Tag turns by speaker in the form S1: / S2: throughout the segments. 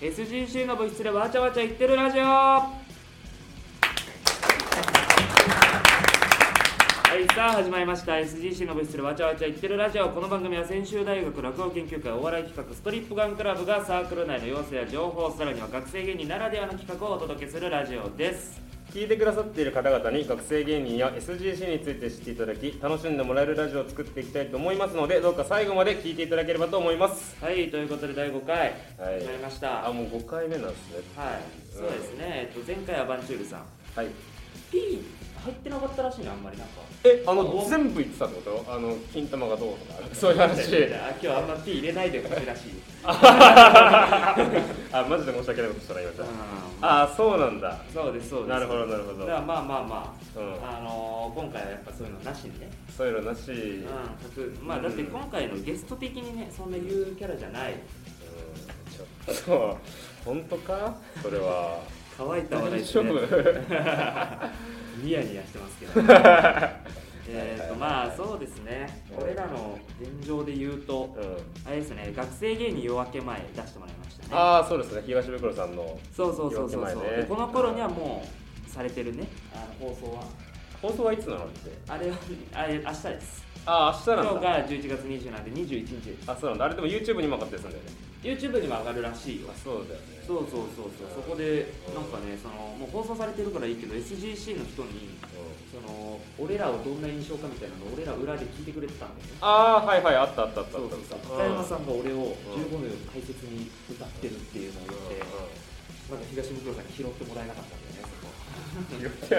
S1: SGC の部室でわちゃわちゃ言ってるラジオはいさあ始まりました SGC の部室でわちゃわちゃ言ってるラジオこの番組は専修大学落語研究会お笑い企画ストリップガンクラブがサークル内の様子や情報さらには学生芸人ならではの企画をお届けするラジオです
S2: 聞いてくださっている方々に学生芸人や SGC について知っていただき楽しんでもらえるラジオを作っていきたいと思いますのでどうか最後まで聞いていただければと思います
S1: はいということで第5回
S2: はい
S1: 始まりました
S2: あ
S1: はい、
S2: もう5回目なんですね
S1: そうですね、えっと、前回はバンチュールさん
S2: はい
S1: P 入ってなかったらしいねあんまりなんか
S2: えあの
S1: お
S2: 全部言ってたってことあの金玉がどうとか そういう話
S1: あ今日あんま P 入れないでほしいらしい
S2: あマジで申し訳ないことしたら今じゃ
S1: うん
S2: ああそうなんだ
S1: そうですそうです
S2: なるほどなるほ
S1: だ
S2: ど
S1: からまあまあまあ、
S2: うん
S1: あのー今回はやっぱそういうのなしにね、
S2: そういうのなし、
S1: うん
S2: うん
S1: 各まあだって今回のゲスト的にねそんな言うキャラじゃない
S2: ちょっと本当かそれは
S1: 乾いた話題
S2: 大
S1: です
S2: 丈
S1: ね
S2: 夫
S1: ニヤニヤしてますけ どえっとまあそうですね俺らの現状で言うと
S2: うん
S1: あれですね学生芸人夜明け前出してもらいましたね
S2: ああそうですね東ブクロさんの
S1: そうそうそうそう
S2: 夜
S1: そう、
S2: 明け前ね
S1: でこの頃にはもうされてるねあの放送は
S2: 放送はいつなのって
S1: あれはあれ明日です
S2: ああ明
S1: 今
S2: 日な
S1: 日
S2: んだ
S1: が11月20なんで21日です
S2: あそうなんだあれでも YouTube にも上がったやつなんだよね
S1: YouTube にも上がるらしいよ
S2: あそうだよね
S1: そうそうそうそうそこでなんかねそのもう放送されてるからいいけど SGC の人に
S2: うん
S1: その俺らをどんな印象かみたいなのを俺ら裏で聞いてくれてたんだよね
S2: ああはいはいあったあったあった
S1: そ
S2: あ
S1: う
S2: った
S1: そうそう
S2: うん
S1: 北山さんが俺を15秒大切に歌ってるっていうのを言ってまだ東袋さんに拾ってもらえなかったんだよねそこそ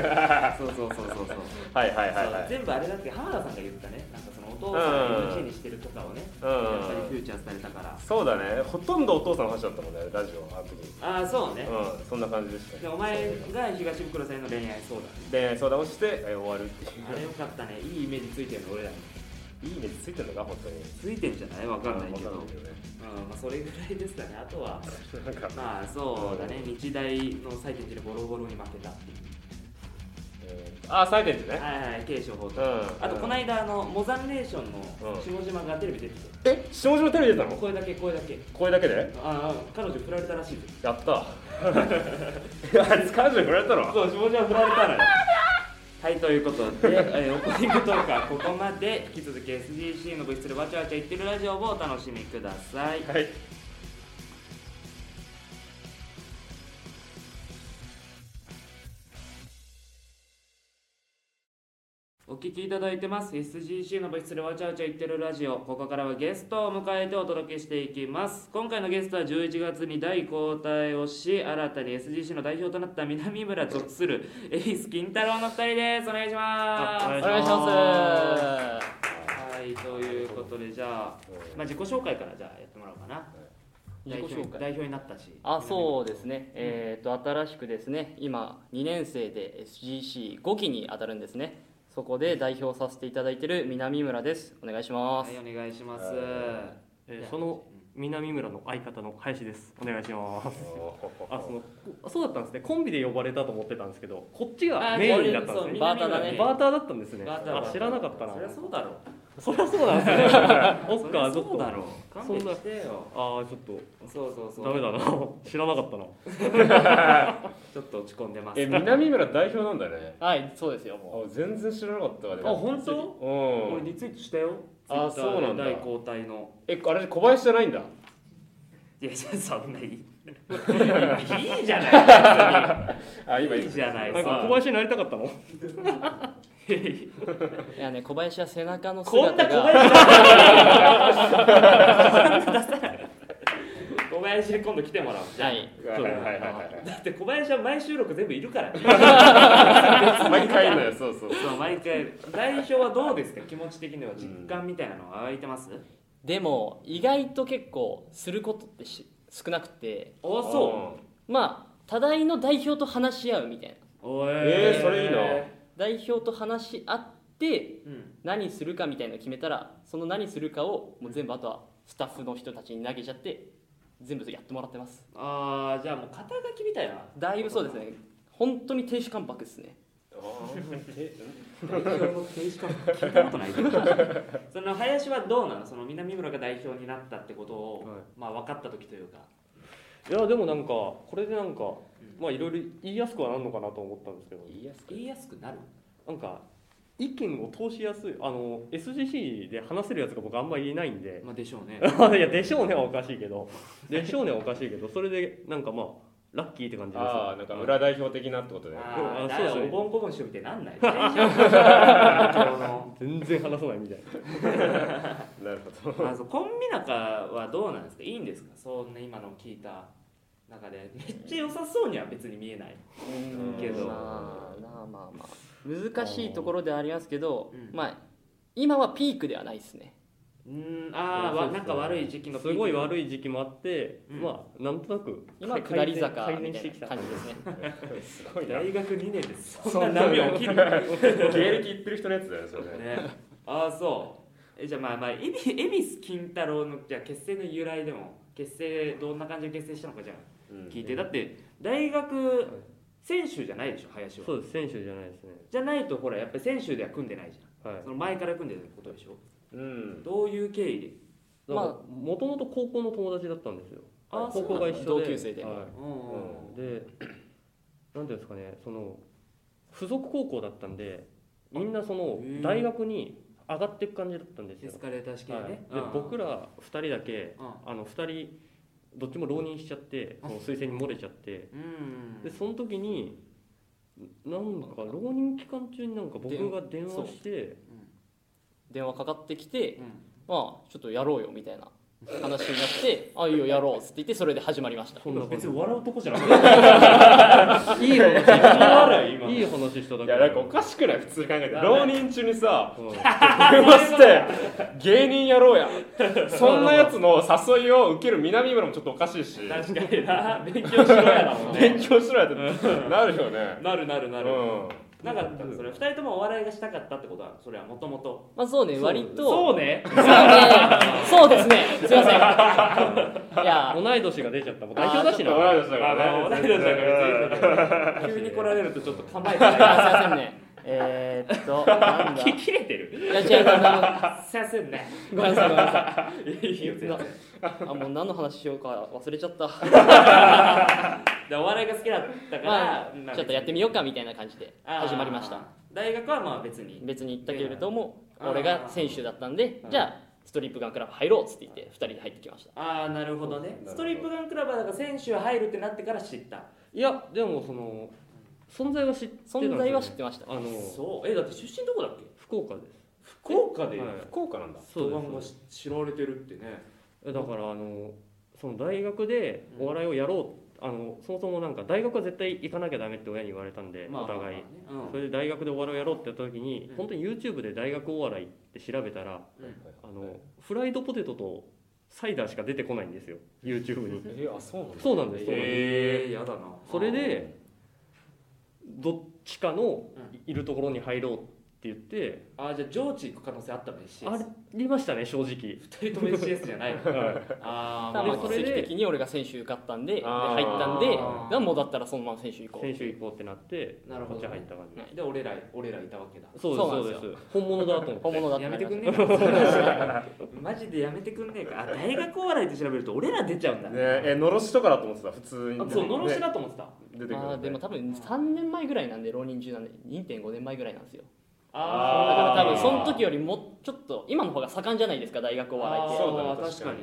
S1: うそうそうそうそう
S2: はいはいはいはい
S1: 全部あれだって浜田さんが言ったねなんかそのお父さんを MC にしてるとかをね
S2: うん
S1: やっぱりフューチャーされたから
S2: そうだねほとんどお父さんの話だったもんねラジオあの時
S1: ああそうね
S2: うんそんな感じでした
S1: でお前が東袋さんへの恋愛相談
S2: 恋愛相談をしてえー終わるってい
S1: あれよかったねいいイメージついてるの俺らに
S2: ういいねついてるのか本当に
S1: ついてんじゃないわかんないけど
S2: わ
S1: うん
S2: かんない
S1: まあそれぐらいですかねあとは
S2: けどねなんか
S1: まあそうだね日大の採点でボロボロに負けたっていう
S2: えーああサイレントね
S1: はいはい軽症法と
S2: うん
S1: あとこの間あのモザンレーションの
S2: うん
S1: 下島がテレビ出てて
S2: え下島テレビ出たの
S1: 声だけ声だけ
S2: 声だけで
S1: ああ彼女振られたらしいです
S2: やった いやあいつ彼女に振られたの
S1: そう、下地は振られたのよ。 はい、ということで、えーオープニングトークはここまで、引き続き SDC の部室でわちゃわちゃ言ってるラジオをお楽しみください。
S2: はい
S1: お聞きいただいてます。SGC の部室でわちゃわちゃ言ってるラジオ。ここからはゲストを迎えてお届けしていきます。今回のゲストは11月に大交代をし、新たに SGC の代表となった南村属するエリス金太郎の2人です。お願いします。
S2: あお
S3: お願いします。
S1: はい、ということで、じゃあ、まあ、自己紹介からじゃあやってもらおうかな。
S3: 自
S1: 代
S3: 己
S1: 表
S3: 紹介。
S1: 代表になったし。
S3: あ、そうですね。えっ、と新しくですね、今2年生で SGC 5期に当たるんですね。そこで代表させていただいてる南村です。お願いしま
S1: は
S3: す。
S1: い、お願いします。
S2: は
S4: えーその南村の相方の林です。お願いします。あ、そのこそうだったんですね。コンビで呼ばれたと思ってたんですけど、こっち
S1: あ
S4: がメインだったんです
S1: そう
S4: ね。
S3: バーターだね
S4: バーターだったんですね。
S1: バーター
S4: あ、知らなかったな
S1: そ。りゃそうだろう。
S4: そりゃそうなんですね。オッカーち
S1: そりゃ
S4: ょ
S1: そうだ
S4: っ
S1: ろう。
S4: そんな
S1: 勘弁してよ。
S4: と。ああ、ちょっ
S1: そうそうそ
S4: と
S1: う。
S4: ダメだな。知らなかったな。
S1: ちょっと落ち込んでます。
S2: え南村代表なんだね
S3: はい、そうですよ。
S2: あ
S3: も
S2: 全然知らなかったわで
S1: あ、
S2: も
S1: 本当？
S2: う
S1: 俺
S2: ん
S1: リツイートしたよ。
S2: あ
S1: Twitter で
S2: そうなんだ
S1: 大交代の。
S2: えあれ小林じゃないんだ
S1: いや、そんないい。い いじゃない。
S2: あ今
S1: いいじゃない
S4: なんか小林になりたかったの。
S1: 別に
S3: ういやね、小林は背中の
S1: こんな
S3: 姿
S1: 小
S3: が
S1: 林。小林に今度来てもらおう。じゃあ
S3: はい。
S2: はいはいはいはい
S1: だって小林は毎収録全部いるからね。
S2: はい 毎回のよそうそう
S1: そう毎回代表はどうですか気持ち的には実感みたいなのは湧いてます、
S3: でも意外と結構することってし少なくて、
S1: おおそう
S3: まあ多大の代表と話し合うみたいな。
S1: うお
S2: えーそ れいいな
S3: 代表と話し合って
S1: うん
S3: 何するかみたいなのを決めたらその何するかをもう全部あとはスタッフの人たちに投げちゃって全部やってもらってます
S1: あーじゃあもう肩書きみたいな
S3: だいぶそうですね本当に亭主関白ですね
S1: 代表の停止か聞いたことないけどその林はどうなのその南村が代表になったってことを、
S4: はい
S1: まあ分かった時というか
S4: いやでもなんかこれでなんかまあいろいろ言いやすくはなるのかなと思ったんですけど
S1: 言いやすく言いやすくなる
S4: なんか意見を通しやすいあの SGC で話せるやつが僕あんまりいないんで
S1: まあでしょうね
S4: いや「でしょうね」はおかしいけど「でしょうね」はおかしいけどそれでなんかまあラッキーって感じです
S2: ああなんか裏代表的なってことね
S1: あ
S4: あ
S1: あ
S4: そうですね
S1: おぼんこぼんしようみたいになんないあ
S4: 全然話さないみたいな
S2: なるほど
S1: そうコンビ仲はどうなんですかいいんですかそんな今の聞いた中でめっちゃ良さそうには別に見えない、
S2: ん
S1: けど
S3: まあまあまあまあ難しいところではありますけど、
S1: うん
S3: まあ今はピークではないですね
S1: うんああわなんか悪い時期の
S4: すごい悪
S1: い
S4: い時期もあって、
S1: うん
S4: まあなんとなく
S3: 今は
S4: 改
S3: 下り坂
S4: 改
S3: み
S4: 善
S3: た
S4: して
S3: い
S4: き
S3: な
S4: た
S3: 感じですね
S2: すごいな
S1: 大学2年です
S3: そんな波
S1: 起きる
S2: 芸歴いってる人のやつだよねそ れね
S1: ね、ああそうえじゃあまあまあ恵比恵比寿金太郎のじゃあ結成の由来でも結成どんな感じで結成したのかじゃあ
S2: うん
S1: 聞いてだって大学選手じゃないでしょ林は
S4: そうです選手じゃないですね
S1: じゃないとほらやっぱり選手では組んでないじゃ
S4: はい
S1: んその前から組んでることでしょ
S2: うん
S1: どういう経緯で
S3: まあ
S4: もともと高校の友達だったんですよ
S1: あ
S4: 高校が一緒で
S3: 同級生で
S4: は
S1: うんうん
S4: い、でなんていうんですかねその付属高校だったんでみんなその
S1: へえ
S4: 大学に上がっていく感じだったんです
S1: エ
S4: よ
S1: ス、カレーター式で
S4: はい、で
S1: ね、うん
S4: 僕ら2人だけ
S1: うん
S4: あの2人どっちも浪人しちゃってその推薦に漏れちゃって
S1: うん
S4: でその時になんか浪人期間中になんか僕が電話して
S3: 電話かかってきて
S1: うん
S3: まあちょっとやろうよみたいな話になって「あいいよやろう」っつって言ってそれで始まりました
S4: そんな感じ
S1: 別
S4: い
S1: に
S4: い
S1: 笑うとこじゃなく
S4: 話
S1: 今
S4: いい話しただ
S2: い
S4: け
S2: やなんかおかしくない普通に考えて浪人中に さ
S4: うん
S2: 電話して芸人やろうやそんなやつの誘いを受ける南村もちょっとおかしいし
S1: 確かにな勉強しろやだもん
S2: 勉
S1: ね
S2: 強しろやってなるよね
S1: なるなる
S2: う
S1: なる、
S2: ん
S1: なかったのそれ2人ともお笑いがしたかったってことはそれはもともと
S3: まあそうね割と
S1: そうね
S3: そうね そうですねすいませんいや
S4: 同い年が出ちゃったもう代表だし
S2: ちょっ
S4: な
S2: と同い年だか
S1: まあま
S2: ら
S1: あ
S2: ね
S1: 同い年だから
S4: うん
S1: 急に来られるとちょっと構えて
S3: い
S1: な
S3: やすいませんねえー、っとな んだ
S1: い切れてる
S3: いや違うな
S1: すいませんね
S3: ごめんなさいごめんなさ
S1: いいよ全然
S3: いあもう何の話しようか忘れちゃった
S1: でお笑いが好きだったから、
S3: ま
S1: ま
S3: あちょっとやってみようかみたいな感じで
S1: あー
S3: 始まりました
S1: 大学はまあ別に
S3: 別に言ったけれども
S1: あー
S3: 俺が選手だったんで
S1: うん
S3: じゃあストリップガンクラブ入ろうっつって言って2人で入ってきました
S1: ああなるほど
S2: な
S1: ね
S2: るほど
S1: ストリップガンクラブはだから選手入るってなってから知った
S4: いやでもその存在は知ってたんですよね
S3: 存在は知ってました
S4: あの
S1: そうえだって出身どこだっけ
S4: 福岡です
S1: 福岡で
S4: はい
S2: 福岡なんだ
S1: 人
S4: で
S1: 番が
S4: す
S1: 知られてるってね
S4: だからあのその大学でお笑いをやろうあのそもそもなんか大学は絶対行かなきゃダメって親に言われたんで、お
S1: ま
S4: 互い、
S1: あまあまあ
S4: それで大学でお笑いをやろうってやった時に、
S1: うん
S4: 本当に YouTube で大学お笑いって調べたら
S1: ねうん
S4: あのフライドポテトとサイダーしか出てこないんですよ YouTube に
S2: えあそうなんだ
S4: そうなんですそうなんです
S1: ええやだな
S4: それでどっちかのいるところに入ろうって言って
S1: あーじゃあ上智行く可能性あったの SCS
S4: ありましたね正直
S1: 二人とも SCS じゃないの
S4: はい
S1: あ
S3: た
S1: ー
S3: だまあ
S4: でそ
S3: 奇
S4: れで
S3: 跡的に俺が選手受かったんでで
S2: あー
S3: 入ったんで
S1: あー
S3: でもうだったらそのまま選手行こう
S4: 選手行こうってなって
S1: なるほ
S4: こ
S1: ど
S4: っち入った感じ
S1: で俺ら俺らいたわけだ
S4: そう
S3: そうなん
S4: で
S3: ですす
S4: そうです本物だと思って
S3: 本物だった
S1: や
S3: ん
S1: め
S3: で
S1: てくんねえかマジでやめてくんねえかあ大学お笑いって調べると俺ら出ちゃうんだ
S2: ねえのろしとかだと思ってた普通に
S1: あそうのろし
S2: ね
S1: だと思ってた
S2: 出てくる
S3: ま
S2: の
S3: あで
S2: ね
S3: も多分3年前ぐらいなんで浪人中なんで2.5年前ぐらいなんですよだか
S2: あ
S3: ら
S2: ー
S3: 多分その時よ
S1: り
S3: りもちょっと今の方が盛んじゃないですか大学お笑いって
S2: そうだね
S1: 確かに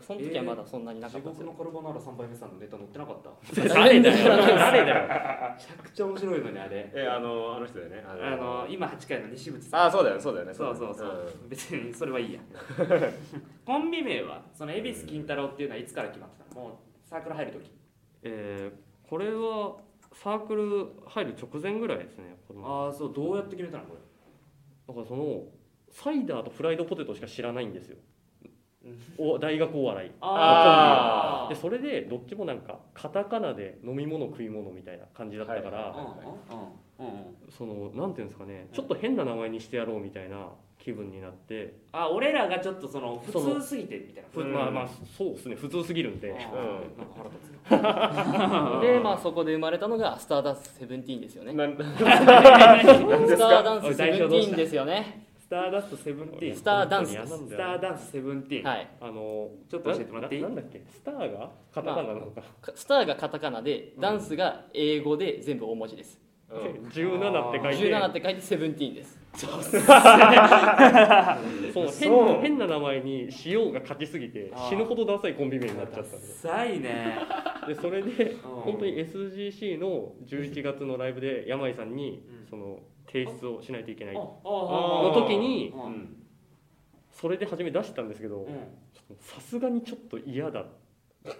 S3: その時はまだそんなになか
S1: 地
S3: ったんで
S1: 獄
S3: す
S1: の
S3: よ、
S1: カルボナーラ3杯目さんのネタ載ってなかっため
S4: 誰だよ誰だよ
S1: ちゃくちゃ面白いのにあれ
S2: えあのあの人だよねあ
S1: あの今8回の西口さん
S2: あそうだよねそうだよね
S1: そうそうそう、別にそれはいいやコンビ名はその恵比寿金太郎っていうのはいつから決まってたのもうサークル入る時
S4: えーこれはサークル入る直前ぐらいですねこの
S1: ああそうどうやって決めたのこ
S4: だからそのサイダーとフライドポテトしか知らないんですよ
S1: うん
S4: お大学お笑い
S2: あ
S4: でそれでどっちもなんかカタカナで飲み物食い物みたいな感じだったから、
S1: あうんうんうんうん
S4: そのなんていうんですかねちょっと変な名前にしてやろうみたいな気分になって、
S1: あ俺らがちょっとその普通すぎてみたいな
S4: ふ
S2: うん
S4: まあまあそうですね普通すぎるんで、
S1: あー
S2: うん
S1: なんか腹立つ
S3: でまあそこで生まれたのがスターダンスセブンティーンですよね
S2: なん
S3: スターダンスセブンティーンですよね
S1: スターダストセブンティーン
S3: スターダンスです
S1: スターダンスセブンティーン、
S3: はい、
S1: あのちょっと
S4: な
S1: 教えてもらっていい
S4: ななんだっけスターがカタカナなのか、
S3: かスターがカタカナでダンスが英語で全部大文字です
S2: うん
S4: 17って書いて
S3: 17って書いてセブンティーンです
S4: そう変
S2: そう
S4: な変な名前に塩が勝ちすぎて
S1: あー
S4: 死ぬほどダサいコンビ名になっちゃったんです
S1: 臭いね
S4: でそれで
S1: うん
S4: 本当に SGC の11月のライブで山井さんに
S1: うん
S4: その提出をしないといけない
S1: ああ
S4: の
S1: ああ
S4: 時に
S1: うん
S4: それで初め出したんですけど
S1: うん
S4: さすがにちょっと嫌だっ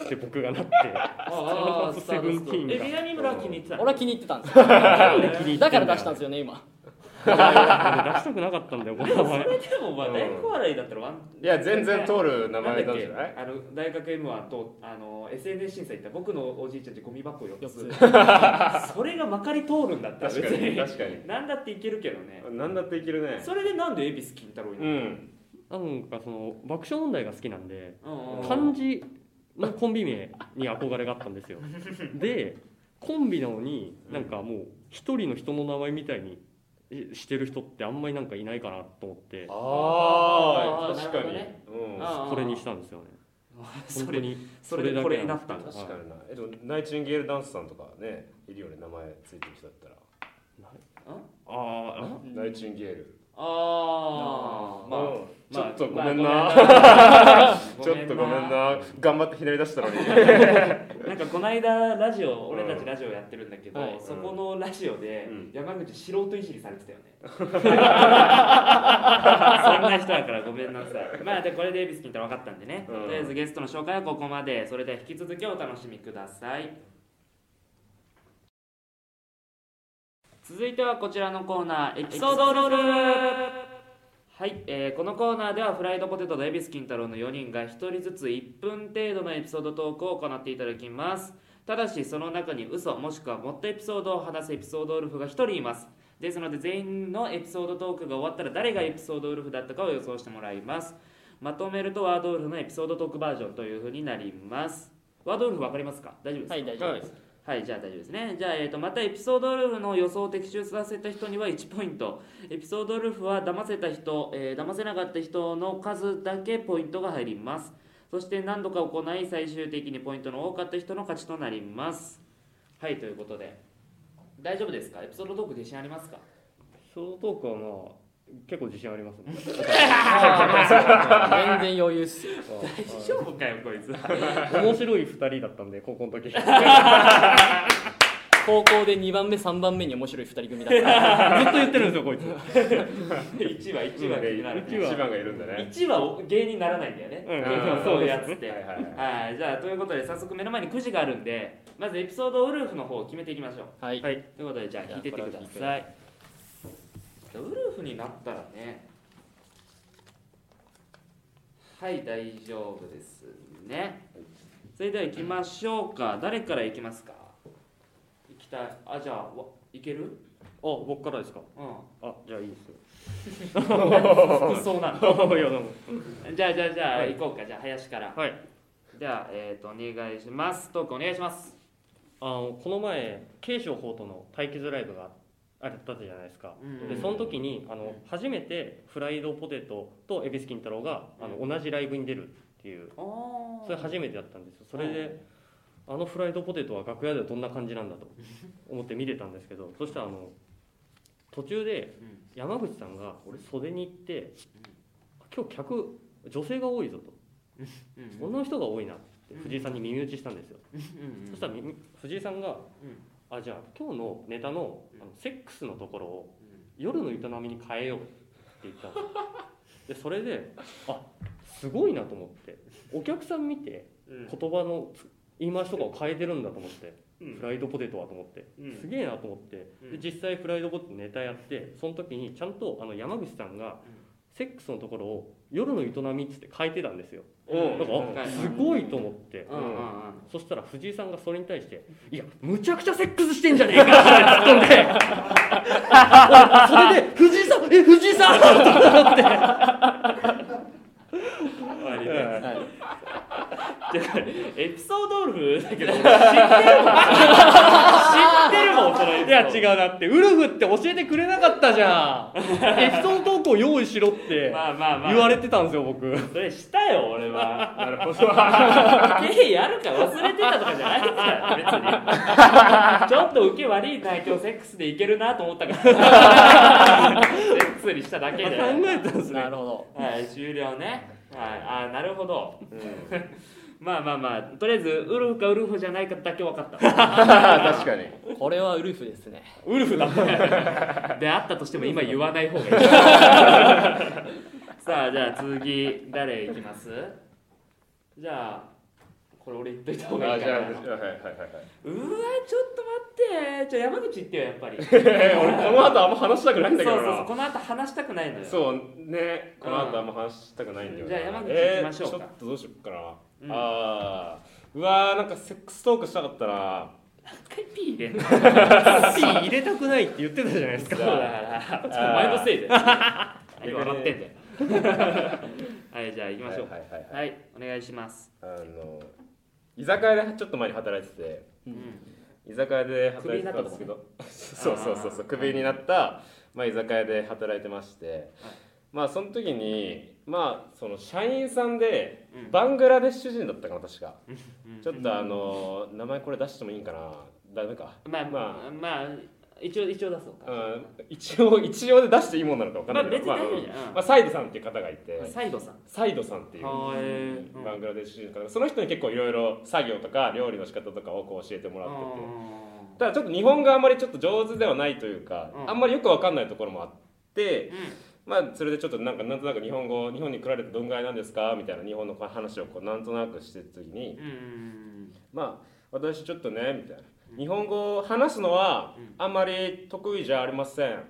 S4: て僕が なって
S1: あああ
S4: スターダストセブンティーンが
S1: え南村は気に入ってた
S3: 俺は気に入ってたんです
S1: 気
S3: よだから出したんですよね今
S4: 俺出したくなかったんだよこの名前
S1: でもまあ大学笑いだったらワン
S2: いや全然通る名
S1: なん
S2: 前
S1: だ
S2: な
S1: っ
S2: ん
S1: け
S2: じゃない
S1: あの大学 M1 とあの SNS 審査行った僕のおじいちゃんちゴミ箱4つ
S3: 四
S1: それがまかり通るんだったら
S2: 確か
S1: 別
S2: に
S1: に
S2: 確かに
S1: なんだっていけるけどね
S2: 何だっていけるね
S1: それでなんで恵比寿金太郎に
S2: う
S1: なっ
S2: ん
S4: なんかその爆笑問題が好きなんで
S1: たのうんうんうん
S4: 漢字のコンビ名に憧れがあったんですよでコンビなのになんかもう一人の人の名前みたいにしてる人ってあんまりなんかいないかなと思って
S1: あー
S2: あー確かに
S1: なる
S2: うん
S1: あー
S4: これにしたんですよね
S1: そ
S4: 本当
S1: れ
S4: に
S1: それでこれになったんだ
S4: そ
S2: 確かになえでもナイチンゲールダンスさんとかねいるよね名前ついてる人だったら
S4: あ
S2: ナイチンゲール
S1: ああまあ
S2: うんちょっとごめんな、
S1: まあ
S2: ちょっとごめんな頑張って左出したのに
S1: なんかこの間ラジオ俺たちラジオやってるんだけど、
S3: はい
S1: そこのラジオで
S2: うん
S1: 山口素人いじりされてたよね そんな人だからごめんなさいまあでこれで恵比寿金太郎分かったんでね、
S2: うん
S1: とりあえずゲストの紹介はここまでそれでは引き続きお楽しみください続いてはこちらのコーナーエピソードロールはい、えーこのコーナーではフライドポテトと恵比寿金太郎の4人が1人ずつ1分程度のエピソードトークを行っていただきますただしその中に嘘もしくはもっとエピソードを話すエピソードウルフが1人いますですので全員のエピソードトークが終わったら誰がエピソードウルフだったかを予想してもらいますまとめるとワードウルフのエピソードトークバージョンというふうになりますワードウルフ分かりますか大丈夫ですか
S3: はい大丈夫です
S1: はい、じゃあ大丈夫ですね。じゃあ、えー、とまたエピソードルーフの予想を的中させた人には1ポイント。エピソードルーフは騙せた人、えー騙せなかった人の数だけポイントが入ります。そして何度か行い、最終的にポイントの多かった人の勝ちとなります。はい、ということで。大丈夫ですかエピソードトーク自信ありますか
S4: 小トークはまあ結構自信あります ね
S3: 全然余裕っす
S1: 大丈夫かよ、こいつ。
S4: 面白い2人だったんで高校の時
S3: 高校で2番目3番目に面白い2人組だった
S4: ずっと言ってるんですよ こいつ
S1: 1話、1話気になる。
S2: 一番がいるんだね
S1: 1話芸人にならないんだよね。
S4: うん
S1: そういうやつって。
S2: はいはいはい
S1: はい、じゃあということで早速目の前にくじがあるんでまずエピソードウルフの方を決めていきましょう
S3: はい
S4: はい
S1: ということでじゃあ
S3: じゃ
S1: 引
S3: あ
S1: いてってくだ
S3: これ
S1: さいウルフになったらねはい大丈夫ですねそれではいきましょうか誰からいきますか行きたいあじゃあわいける
S4: あ僕からですか
S1: う
S4: あじゃあいいですよ
S1: ん服装なの
S4: いやでも
S1: じゃあじゃあじゃあ、
S4: はい
S1: 行こうかじゃあ林から
S4: はい
S1: じゃあえっ、とお願いしますトークお願いします
S4: あのこの前慶尚法との対決ライブがあったじゃないですか、
S1: うん
S4: でその時にあの、
S1: うん
S4: 初めてフライドポテトと恵比寿金太郎があの、同じライブに出るっていう
S1: あー
S4: それ初めてだったんですよそれで、あのフライドポテトは楽屋ではどんな感じなんだと思って見てたんですけどそしたらあの途中で
S1: うん
S4: 山口さんが袖に行って「今日客女性が多いぞ」と
S1: うん
S4: 「女の人が多いな」って藤井さんに耳打ちしたんですよ
S1: うん
S4: そしたらみ藤井さんが
S1: うん
S4: 「あじゃあ今日のネタのあのセックスのところを夜の営みに変えよう」って言った んですよでそれであすごいなと思ってお客さん見て
S1: うん
S4: 言葉のつ言い回しとかを変えてるんだと思って、
S1: うん
S4: フライドポテトはと思って、
S1: うん
S4: すげえなと思って、
S1: うん
S4: で実際フライドポテトネタやってその時にちゃんとあの山口さんが、セックスのところを夜の営みっつって変えてたんですよ、
S2: うん
S4: だからあすごいと思って、
S1: うんうんうん
S4: そしたら藤井さんがそれに対して「いやむちゃくちゃセックスしてんじゃねえか」って突っ込んでそれで「藤井さんえ藤井さん!」
S1: 終わりで
S4: はい
S1: エピソードウルフだけど知ってるもん知ってるもんそれエピ
S4: や違うだってウルフって教えてくれなかったじゃんエピソードトークを用意しろって
S1: まあまあまあ
S4: 言われてたんですよ僕
S1: それしたよ俺は
S2: なるほ ど。
S1: 経緯あるから忘れてたとかじゃないから別にちょっと受け悪いな今日セックスでいけるなと思ったからセックスにしただけで、
S4: 考えたんですね
S3: なるほど
S1: はい、終了ねはいあーなるほど、まあまあまあとりあえずウルフかウルフじゃないかだけ分かった
S2: 確かに。
S3: これはウルフですね
S4: ウルフだった
S1: であったとしても今言わない方がいいさあじゃあ次誰いきますじゃあこれ俺言っといた方が
S2: あ
S1: いい
S2: じ
S1: か
S2: ゃあ
S1: な
S2: はいはいは
S1: うわちょっと待ってちょ山口行ってよやっぱ り
S2: いはい。え俺この後あんま話したくないんだけ
S1: そう
S2: ど
S1: そうそう
S2: な。
S1: この後話したくないのよ
S2: そうね。この後あんま話したくないんだよな。
S1: じゃあ山口行きましょうか
S2: えーちょっとどうしよっかな。
S1: うん
S2: ああ。うわーなんかセックストークしたかったな。
S1: 一回ピー入れんの
S4: C 入れたくないって言ってたじゃないですか
S1: そうだからお前のせいで何笑ってん だよはいじゃあ行きましょう
S2: はいはい
S1: は
S2: はいはい
S1: いお願いします
S2: あの居酒屋でちょっと前に働いてて
S1: うん
S2: 居酒屋で働いてたんですけどそうそうそうそう
S1: あー
S2: クビになった、まあ、居酒屋で働いてまして、まあその時にまあその社員さんで
S1: うん
S2: バングラデシュ人だったかな確か、
S1: うん
S2: ちょっとあの名前これ出してもいいんかなダメか
S1: まあ
S2: ま
S1: まあまあ一応一応出そう
S2: う
S1: か
S2: ん一応一応で出していいもんなのか分かん
S1: ま
S2: な
S1: あ
S2: いけ
S1: 別
S2: ど、
S1: に大丈夫じ
S2: ま
S1: ゃ
S2: あ
S1: ん
S2: まあサイドさんっていう方がいて、
S1: うんサイドさん
S2: サイドさんっていう
S1: はーい
S2: バングラデシュ人の方がその人に結構いろいろ作業とか料理の仕方とかをこう教えてもらってて。ただちょっと日本があんまりちょっと上手ではないというか、
S1: うん
S2: あんまりよくわかんないところもあって、
S1: うん
S2: まあ、それでちょっとなんかなんとなく日本語日本に来られてどんぐらいなんですかみたいな日本の話をこうなんとなくしてる時に
S1: うんうん
S2: 「まあ私ちょっとね」みたいな「日本語を話すのは
S1: うん
S2: あんまり得意じゃありません」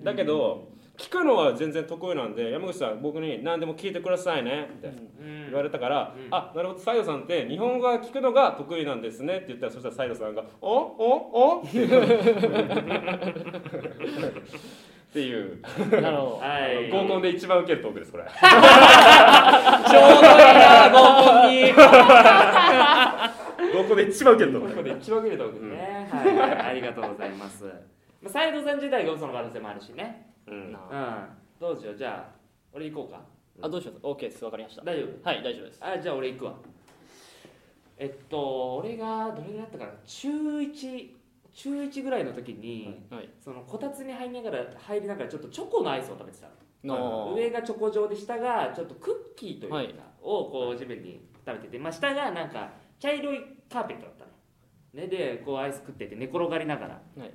S2: だけど、聞くのは全然得意なんで山口さん僕に何でも聞いてくださいねみたいな。
S1: うん
S2: 言われたから「
S1: うん
S2: あなるほどサイドさんって日本語が聞くのが得意なんですね」って言ったらそしたらサイドさんが「おおおってっていう
S3: なるほ ど
S1: はい
S2: 合コンで一番ウケるトークですこれ
S4: ちょうどいいな合コンに
S2: 合コンで一番ウケるト
S1: こ
S2: ーク
S1: れ一番切れたわけですね、はいはいありがとうございますまあ斎藤さん自体が嘘の可能性もあるしね
S2: うん
S1: うんどうしようじゃあ俺行こうか
S3: あどうします OK ですわかりました
S1: 大丈
S3: はい大丈夫です
S1: 夫あじゃあ俺行くわえっと俺がどれぐらいだったかな中1中1ぐらいの時に、
S3: はい
S1: そのこたつに入りながら入りながらちょっとチョコのアイスを食べてたの
S3: の
S1: 上がチョコ状で下がちょっとクッキーというか、
S3: はい
S1: をこう地面に食べてて、まあ、下がなんか茶色いカーペットだったの、ね、でこうアイス食ってて寝転がりながら、
S3: はい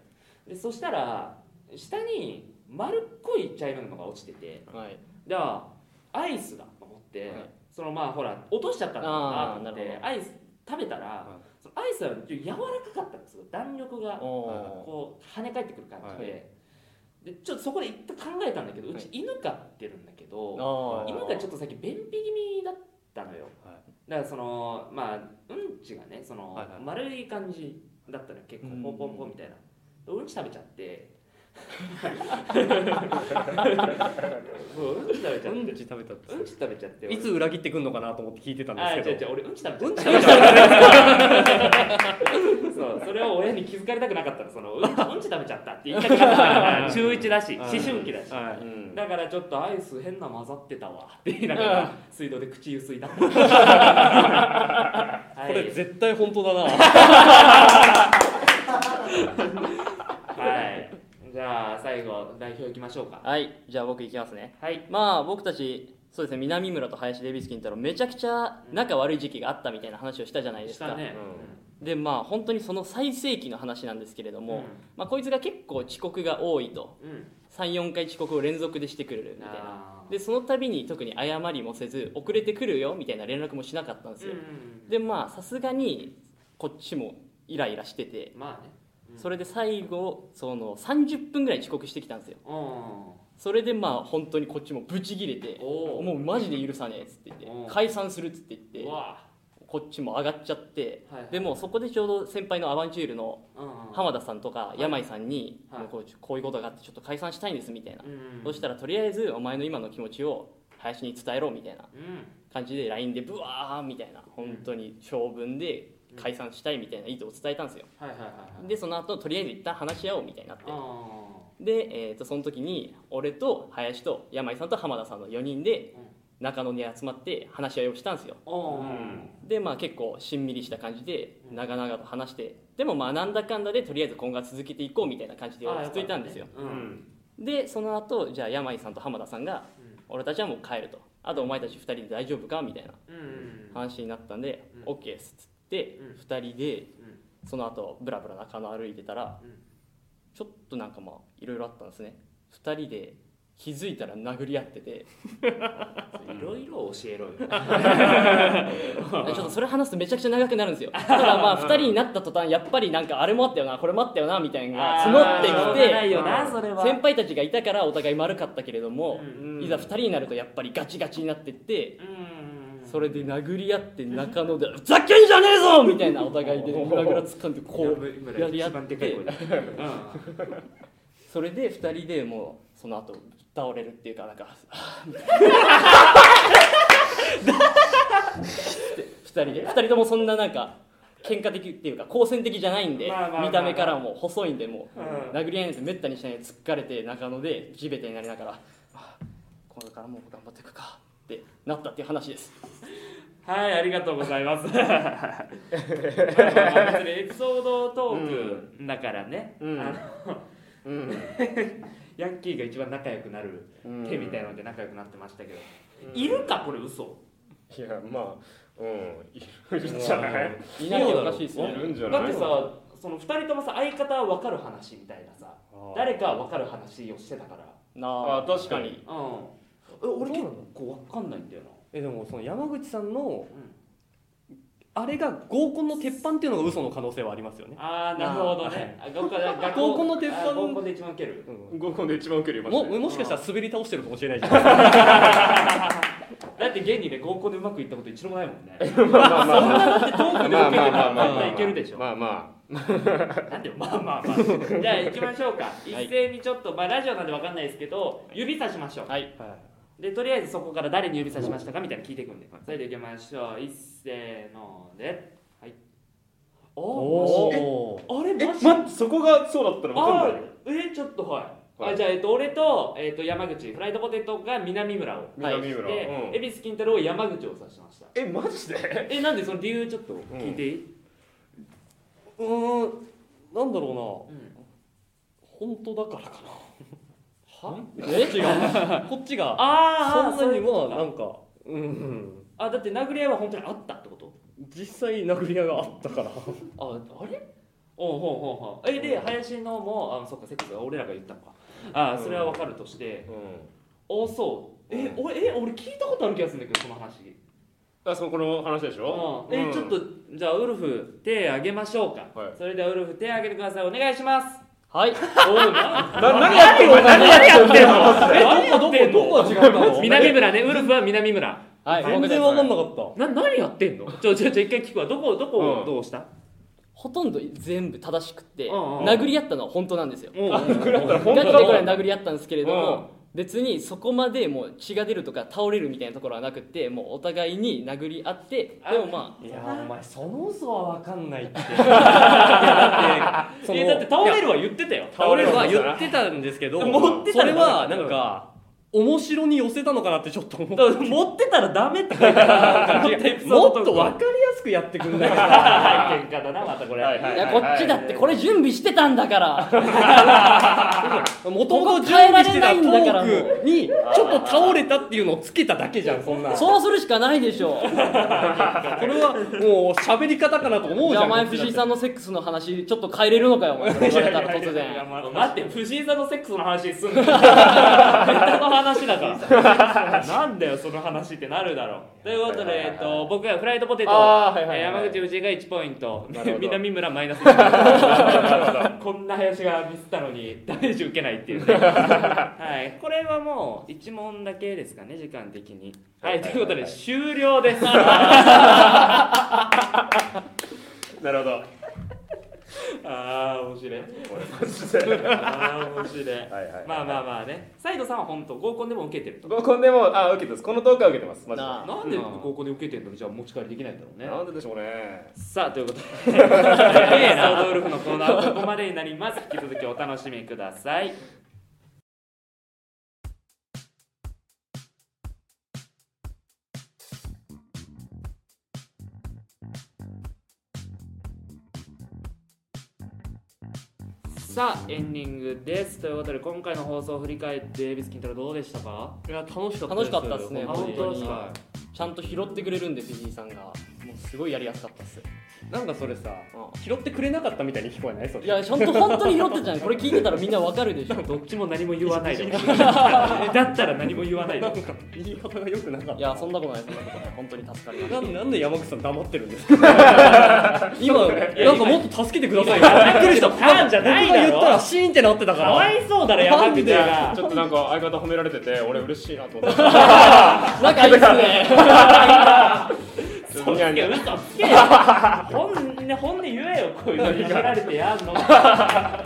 S1: でそしたら下に丸っこい茶色いのが落ちてて
S3: はい
S1: であアイスだと思って、
S3: はい
S1: そのまあほら落としちゃったのかなと思っ
S3: あーなる
S1: て
S3: ほど
S1: アイス食べたら、そのアイスは柔らかかったんですよ弾力が
S3: おお
S1: こう跳ね返ってくる感じで,、でちょっとそこで一旦考えたんだけどう
S3: は
S1: ち
S3: い
S1: 犬飼ってるんだけど、
S3: あ
S1: 犬がちょっと先便秘気味だったのよ、
S4: はい
S1: だからそのまあうんちがねその、
S4: はいはい
S1: 丸い感じだったのよ結構
S3: うん
S1: ポンポンポンみたいなうんち食べちゃってそううんち食べちゃ
S4: う
S1: っ
S4: ん
S1: て
S4: ち食べたって
S1: うんち食べちゃって俺
S4: いつ裏切ってくんのかなと思って聞いてたん
S1: あ
S4: です
S1: 違
S4: け
S1: う違
S4: ど
S1: う俺うんち食べちゃったそうそれを親に気づかれたくなかったのそ のうんちうんち食べちゃったって言いたくなかったから中1だし思春期だし
S4: は
S2: う
S4: い
S2: ん
S1: だからちょっとアイス変な混ざってたわって言いながら水道で口ゆすいだ はい
S4: これ絶対本当だな
S1: はいじゃあ最後代表いきましょうか
S3: はいじゃあ僕いきますね
S1: はい
S3: まあ僕たちそうですね南村と林デビスキン太郎めちゃくちゃ仲悪い時期があったみたいな話をしたじゃないです
S1: した
S3: か、
S1: ね
S3: でまあ本当にその最盛期の話なんですけれども、まあ、こいつが結構遅刻が多いと
S1: うん、
S3: 34回遅刻を連続でしてくるみたいな
S1: あー
S3: でその度に特に謝りもせず遅れてくるよみたいな連絡もしなかったんです
S1: うん
S3: よ
S1: う、ん
S3: でまあさすがにこっちもイライラしてて
S1: うんまあねうん
S3: それで最後その30分ぐらい遅刻してきたんですよ
S1: うんお
S3: それでまあ本当にこっちもブチギレて
S1: お
S3: もうマジで許さねえっつって言
S1: お
S3: っ
S1: う
S3: て解散するっつって言
S1: う
S3: って
S1: わ
S3: こっちも上がっちゃって
S1: はいはい
S3: でもうそこでちょうど先輩のアバンチュールの
S1: うんうん
S3: 浜田さんとか
S1: い
S3: 山井さんに
S1: はい
S3: もうこうこういうことがあってちょっと解散したいんですみたいな
S1: うん
S3: そしたらとりあえずお前の今の気持ちを林に伝えろみたいな
S1: うん
S3: 感じで LINE でブワーみたいな本当に長文で解散したいみたいな意図を伝えたんですよ
S1: はいはいはいはい
S3: でその後とりあえず一旦話し合おうみたいになって
S1: あ
S3: で、えー、とその時に俺と林と山井さんと浜田さんの4人で
S1: うん
S3: 中野に集まって話し合いをしたんですよ
S1: ーあ
S3: でまあ結構しんみりした感じで
S1: うん
S3: 長々と話してでもまあなんだかんだでとりあえず今後は続けていこうみたいな感じで
S1: あー
S3: 落ち着いたんですよ
S1: うん
S3: でその後じゃあ山井さんと浜田さんが
S1: うん
S3: 俺たちはもう帰るとあとお前たち2人で大丈夫かみたいな
S1: うん
S3: 話になったんで
S1: うん
S3: OK ですっつって
S1: うん
S3: 2人で
S1: うん
S3: その後ブラブラ中野歩いてたら
S1: うん
S3: ちょっとなんかまあいろいろあったんですね2人で気づいたら殴り合っ てて
S1: いろいろ教えろよ
S3: ちょっとそれ話すとめちゃくちゃ長くなる んですよだからまあ2人になった途端やっぱりなんかあれもあったよなこれもあったよなみたいなのが
S1: あーしょ
S3: 募っ
S1: うが
S3: てき
S1: な
S3: て
S1: いよなそれは
S3: 先輩たちがいたからお互い丸かったけれども
S1: う、ん
S2: うん
S3: いざ2人になるとやっぱりガチガチになってって
S1: うん
S3: それで殴り合って中野で「ふざけんじゃねえぞ!」みたいなお互いでグラグラつかんでこ
S1: こ
S3: う
S1: う
S3: やり合
S1: 一
S3: って
S1: 番でかい声だ
S3: それで2人でもうその後倒れるっていうかなんか2人で2人ともそんななんか喧嘩的っていうか好戦的じゃないんで
S1: まあまあまあまあ
S3: 見た目からも細いんでもう
S1: うん
S3: 殴り合いなんてめったにしないで突っかれて中野で地べたになりながらあこれからもう頑張っていくかってなったっていう話です
S1: はい、ありがとうございます。まあまあまあ別にエピソードトークだからね、
S2: うん
S1: あの
S2: うん
S1: ヤンキーが一番仲良くなる
S2: うん
S1: 手みたいので仲良くなってましたけど、いるかこれ嘘
S2: いやまあうんいるんじゃない
S3: いないとおかしいですよ
S2: いるんじ ゃ
S1: だっ
S2: な
S1: て
S2: い
S1: さその2人ともさ相方は分かる話みたいなさ誰かは分かる話をしてたから
S3: な
S2: あ確かに
S1: うんえ俺結構分かんないんだよな
S4: えでもその山口さんのあれが合コンの鉄板っていうのが嘘の可能性はありますよね、
S1: ああなるほどねあ学校だ学
S4: 合コンの鉄板
S1: あ合コンで一番ウケる
S4: うん
S2: 合コンで一番受けるよ
S4: も
S2: マジで
S4: もしかしたら滑り倒してるかもしれないじゃないですか
S1: だって現にね合コンでうまくいったこと一度もないもんね
S2: まあまあまあ
S1: だってトークでウケるからまあいけるでしょ
S2: まあま
S1: なんでまあまあまあじゃあ行きましょうか一斉にちょっと、まあラジオなんでわかんないですけど指さしましょう
S3: はい
S1: でとりあえずそこから誰に指さしましたかみたいなの聞いていくんでそれで行きましょう一せーのではいおー
S4: お
S1: あれ
S2: あえ
S1: マジ
S2: 待ってそこがそうだったら分か
S1: あ
S2: んないよ
S1: ーえちょっとはい、
S2: はい
S1: あじゃあ、えっと、俺と,、えっと山口フライドポテトが南村を
S2: 南
S1: で
S2: 村うん
S1: 恵比寿金太郎は山口を指しました
S2: えマジで
S1: えなんでその理由ちょっと聞いていい、
S4: うーんなんだろうな
S1: うん
S4: 本当だからかな
S1: は
S4: え違 うこっちが
S1: あーあー
S4: そんなに
S1: そういうこと
S4: は
S1: か
S4: なんかうん
S1: あだって殴り合いは本当にあったってこと
S4: 実際殴り合いがあったから
S1: ああれおうほうほうほうえで林のもあそっかセックスは俺らが言ったのかあそれは分かるとして、
S2: うん
S1: おそうえ
S2: う
S1: 俺え俺聞いたことある気がするんだけどその話
S2: あそこの話でしょ
S1: うんえちょっとじゃあウルフ手あげましょうか、
S2: はい
S1: それではウルフ手あげてくださいお願いします
S3: はい
S1: おうな
S2: な何やってんの何やってんの
S4: 何やってんのどこが違ったの
S1: 南村ねウルフは南村
S3: はい僕
S4: 全
S3: です
S4: 然分かんなかった
S1: な何やってんのちょちょちょ一回聞くわどこどこ
S2: う
S1: を
S2: ん
S1: どうした、
S3: ほとんど全部正しくって、
S1: うんうんうん
S3: 殴り合ったのは本当なんですよ。
S1: もう
S2: 本
S3: ガ
S2: 当
S3: チで
S2: だ
S3: これ殴り合ったんですけれども、別にそこまでもう血が出るとか倒れるみたいなところはなくって、もうお互いに殴り合って、でもまあ、
S4: いやーお前その嘘は分かん ないってその
S1: えだって倒れるは言ってたよ
S4: 倒れるは言ってたんですけど
S1: 持ってたら
S4: それはなんか面白に寄せたのかなってちょっと思っ
S1: だから持ってたらダメって書いてある
S4: たもっと分かりやすくやってくんないかな
S1: はい喧嘩だなまたこれ、
S2: はいはい
S3: いやこっちだってこれ準備してたんだから、
S4: もともと準備してたトークにちょっと倒れたっていうのをつけただけじゃんそんなそ
S3: そうするしかないでしょ
S4: れはもう喋り方かなと思う
S3: じ
S4: じ
S3: ゃあ
S4: ゃ
S3: お
S4: ん
S3: 前
S4: こっちだ
S3: 藤
S4: って
S3: 井さんのセックスの話ちょっと変えれるのかよお前それ言われたら突然
S1: 待って藤井さんのセックスの話すんのネタの話だからなんだよその話ってなるだろうということで、えっと、僕はフライドポテト、
S2: あーはいはいはい
S1: えー山口藤井が1ポイント
S2: なるほど
S1: 南村マイナス1こんな林がミスったのにダメージ受けないっていうね、はい、これはもう1問だけですかね時間的にはいということで終了です
S2: なるほど
S1: ああ面白い
S2: ごめんマジではい
S1: ああ面白い
S2: はいはい
S1: まあまあ
S2: あ
S1: まあねサイドさんは本当合コンでも受けてると
S2: 合コンでもあ受けてますこのトークは受けてますマジで
S3: なあ
S1: なんで
S3: うん
S1: 合コンで受けてんのにじゃあ持ち帰りできないんだろうね
S2: なんででしょうね
S1: さあという ことでソードウルフのコーナーは ここまでになります引き続きお楽しみくださいさあエンディングですということで今回の放送を振り返ってビスキントラどうでしたか
S4: いや楽しかった
S3: 楽しかったですね
S1: あ
S3: 本当に
S1: は
S3: ちゃんと拾ってくれるんで藤井さんがもうすごいやりやすかったっす、
S4: なんかそれさ
S3: う
S4: 拾ってくれなかったみたいに聞こえないそれ
S3: ん、いやちゃんと本当に拾ってたじゃんこれ聞いてたらみんなわかるで しょ
S1: どっちも何も言わ ないでほしいだったら何も言わないで
S4: な
S1: ほ
S4: ん
S1: しい
S4: か言い方が良くなかった
S3: いやそんなことないそんなことない本当に助 かりまし
S4: ななんで山口さん黙ってるんですか今なんかもっと助けてくださいよびっくりした
S1: パンじゃないだろ
S4: 僕が言ったらシーンってなってたか
S1: からわいそうだろ山口が
S2: ちょっとなんか相方褒められてて俺嬉しいな と思って
S3: た仲いいっすね
S1: 嘘
S2: にゃ
S1: つ
S2: ん
S1: け
S2: にゃん
S1: 嘘つけよ本音本音言えよこういうのにやられてやんのま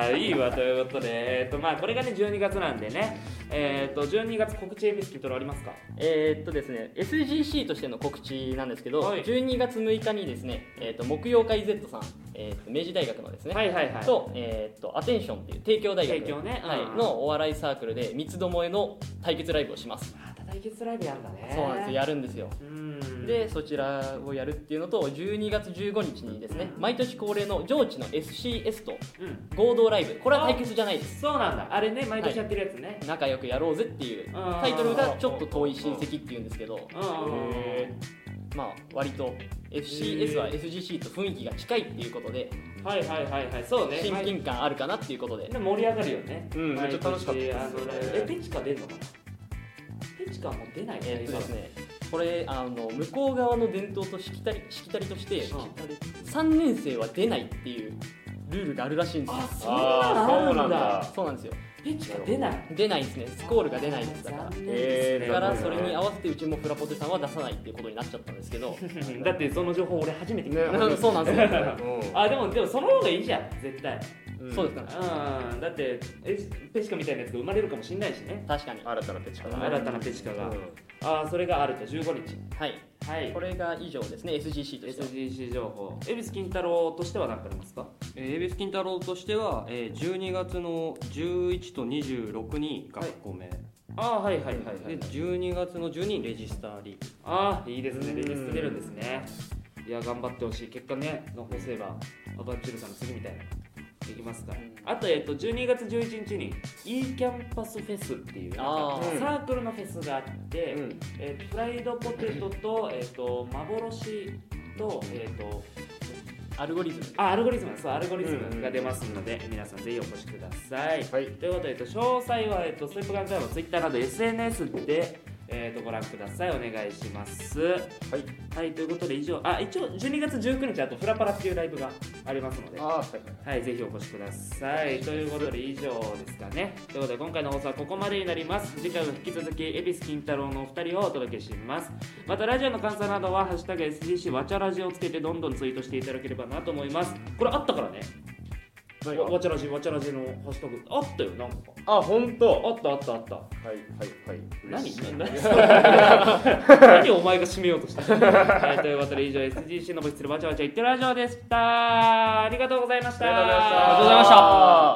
S1: あいいわということでえっ、とまあこれがね12月なんでねえっ、と12月告知エビスキットありますか
S3: えーっとですね SGC としての告知なんですけど、
S1: はい
S3: 12月6日にですね、えーっと木曜会 Z さん、えーっと明治大学のですね、
S1: はいはいはい
S3: と,、えーっとアテンションっていう帝京大学
S1: 帝京ねうん
S3: はいのお笑いサークルで三つどもえの対決ライブをします、
S1: また対決ライブやんだね
S3: そうなんですよやるんですよ
S1: うん
S3: でそちらをやるっていうのと12月15日にですね
S1: うん
S3: 毎年恒例の上智の SCS と
S1: うん
S3: 合同ライブこれは対決じゃないです
S1: そうなんだあれね毎年やってるやつね、
S3: 仲良くやろうぜっていう
S1: あー
S3: タイトルがちょっと遠い親戚っていうんですけど
S1: うん
S2: へ
S3: まあ割と FCS は SGC と雰囲気が近いっていうことで
S1: はいはいはいはいそうね
S3: 親近感あるかなっていうことで
S1: で盛り上がるよね。
S2: うんめっちゃ楽しかったです
S1: 毎年あのライブえ、ペンチカ出るのかなペンチカはもう出ない
S3: えーっとですねこれあの向こう側の伝統としきたりしきたりとして
S1: 今うん
S3: 3年生は出ないっていうルールがあるらしいんですよ
S1: あ、そん
S2: あー
S1: な
S2: そ
S1: のある
S2: うなんん
S1: だ。
S2: だ
S3: そうなんですよ
S1: ペンチカ出ない。
S3: 出ないですねスコールが出ないですだから
S1: 残念
S2: え
S1: で
S2: ー
S1: すね
S3: だからそれに合わせてうちもフラポテさんは出さないっていうことになっちゃったんですけど
S1: うんだってその情報俺初めて聞いた。
S2: ね
S3: うん そうなんですよ
S2: う
S1: あ、でもでもその方がいいじゃん、絶対。
S2: ん
S3: そうですか
S1: うん、だってえペチカみたいなやつが生まれるかもしれないしね。
S3: 確かに
S2: 新たなペチかな
S1: 新たなペチカが
S2: う。ん
S1: あー、それがあると15日。
S3: はい
S1: はい
S3: こ。れが以上ですね SGC としては
S1: SGC 情報。恵比寿金太郎としては何かありますか
S5: えー、エビス金太郎としては、えー、12月の11と26に学校名、
S1: あー、はいはいはいはい
S5: で。12月の12にレジスターリーグ
S1: ああいいですね
S2: うん
S1: レジスト出るんですねいや頑張ってほしい結果ね残せばアバンチュルさんの次みたいなできますから
S3: うん
S1: あと、えっと、12月11日に e キャンパスフェスっていうなん
S3: あ
S1: か
S2: ー
S1: サークルのフェスがあって、
S2: うん
S1: えーフライドポテトと,、えっと幻と,、えっと
S3: アルゴリズム
S1: あアルゴリズムそうアルゴリズ
S2: うんう
S1: ム
S2: ん
S1: が出ますので、皆さんぜひお越しください
S2: はい、
S1: ということで、えっと、詳細は、えっと、ステップガン会の Twitter など SNS で、えっと、ご覧くださいお願いしますはいということで以上あ一応12月19日あとフラパラっていうライブがありますので
S2: あーはいはい
S1: はい、ぜひお越しください。ということで以上ですかね。ということで今回の放送はここまでになります。次回も引き続き、恵比寿金太郎のお二人をお届けします。またラジオの感想などは、ハッシュタグ SGC わちゃラジをつけてどんどんツイートしていただければなと思います。これあったからね。
S2: 何が
S1: わわちゃラジ、わちゃラジのハッシュタグ。あったよ、なんか。
S2: あ本当
S1: あったあったあった。
S2: はいはいはい
S1: 何
S2: 嬉しい
S1: 何をお前が締めようとしたのはい、ということで以上 SGC の物質でわちゃわちゃ言ってるラジオでした。ありがとうございました。
S2: ありがとうございました
S3: ありがとうございました